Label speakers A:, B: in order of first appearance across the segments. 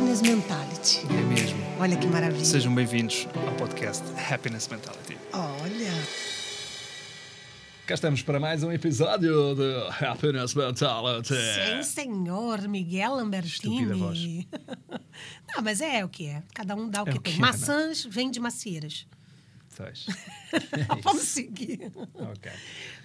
A: Mentality.
B: É mesmo.
A: Olha que maravilha.
B: Sejam bem-vindos ao podcast Happiness Mentality.
A: Olha.
B: Cá estamos para mais um episódio de Happiness Mentality.
A: Sim, senhor, Miguel
B: É. Estúpida voz.
A: Lambertini. Não, mas é o que é. Cada um dá o
B: É
A: que
B: o
A: tem.
B: que é, né?
A: Maçãs vem de macieiras.
B: Pois. É
A: Vamos seguir.
B: ok.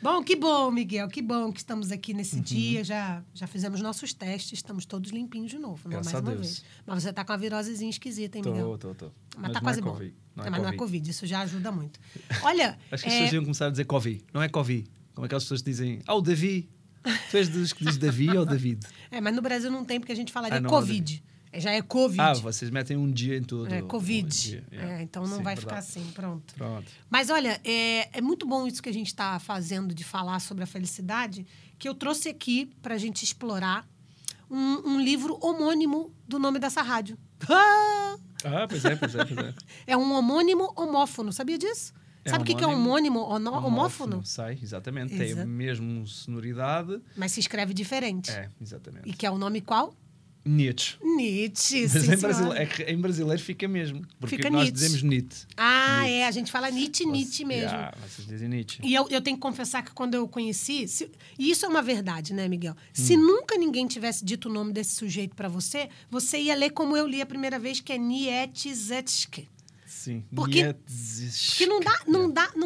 A: Bom, que bom, Miguel. Que bom que estamos aqui
B: Uhum.
A: nesse dia. Já, já fizemos nossos testes. Estamos todos limpinhos de novo, né?
B: Graças
A: mais
B: a
A: uma
B: Deus.
A: vez. Mas você tá com uma virosezinha esquisita, hein, Miguel?
B: Tô, tô, tô.
A: Mas, tá quase
B: não é
A: bom.
B: Covid. Não é
A: mas não é
B: COVID.
A: Covid, isso já ajuda muito. Olha,
B: Acho que as
A: é,
B: pessoas iam começar a dizer Covid. Não é Covid. Como aquelas pessoas que dizem, ah, o Davi. Tu és dos que diz Davi ou David?
A: é, mas no Brasil não tem, porque a gente falaria
B: Ah, não,
A: Covid. É, Já é Covid.
B: Ah, vocês metem um dia em tudo.
A: É,
B: Um
A: Covid.
B: dia, yeah.
A: É, então não
B: Sim,
A: vai
B: verdade.
A: ficar assim, pronto.
B: Pronto.
A: Mas olha, é, é muito bom isso que a gente está fazendo de falar sobre a felicidade, que eu trouxe aqui para a gente explorar um, um livro homônimo do nome dessa rádio. Ah!
B: Ah, pois é, pois é, pois é.
A: É um homônimo homófono, sabia disso?
B: É
A: Sabe o que, que é homônimo ono- homófono?
B: Um Sei, exatamente. Tem
A: Exa-
B: a mesma sonoridade.
A: Mas se escreve diferente.
B: É, exatamente.
A: E que é o nome qual?
B: Nietzsche.
A: Nietzsche.
B: Mas
A: sim,
B: em, brasile-
A: senhora.
B: é que em brasileiro fica mesmo. Porque
A: Fica
B: nós
A: Nietzsche.
B: dizemos Nietzsche.
A: Ah, é. A gente fala Nietzsche, Nietzsche
B: Vocês-
A: mesmo.
B: Yeah, vocês dizem Nietzsche.
A: E eu, eu tenho que confessar que quando eu conheci, se- e isso é uma verdade, né, Miguel? Se nunca ninguém tivesse dito o nome desse sujeito pra você, você ia ler como eu li a primeira vez, que é Nietzsche.
B: Sim.
A: Porque-
B: Nietzsche.
A: Que não dá, não dá, não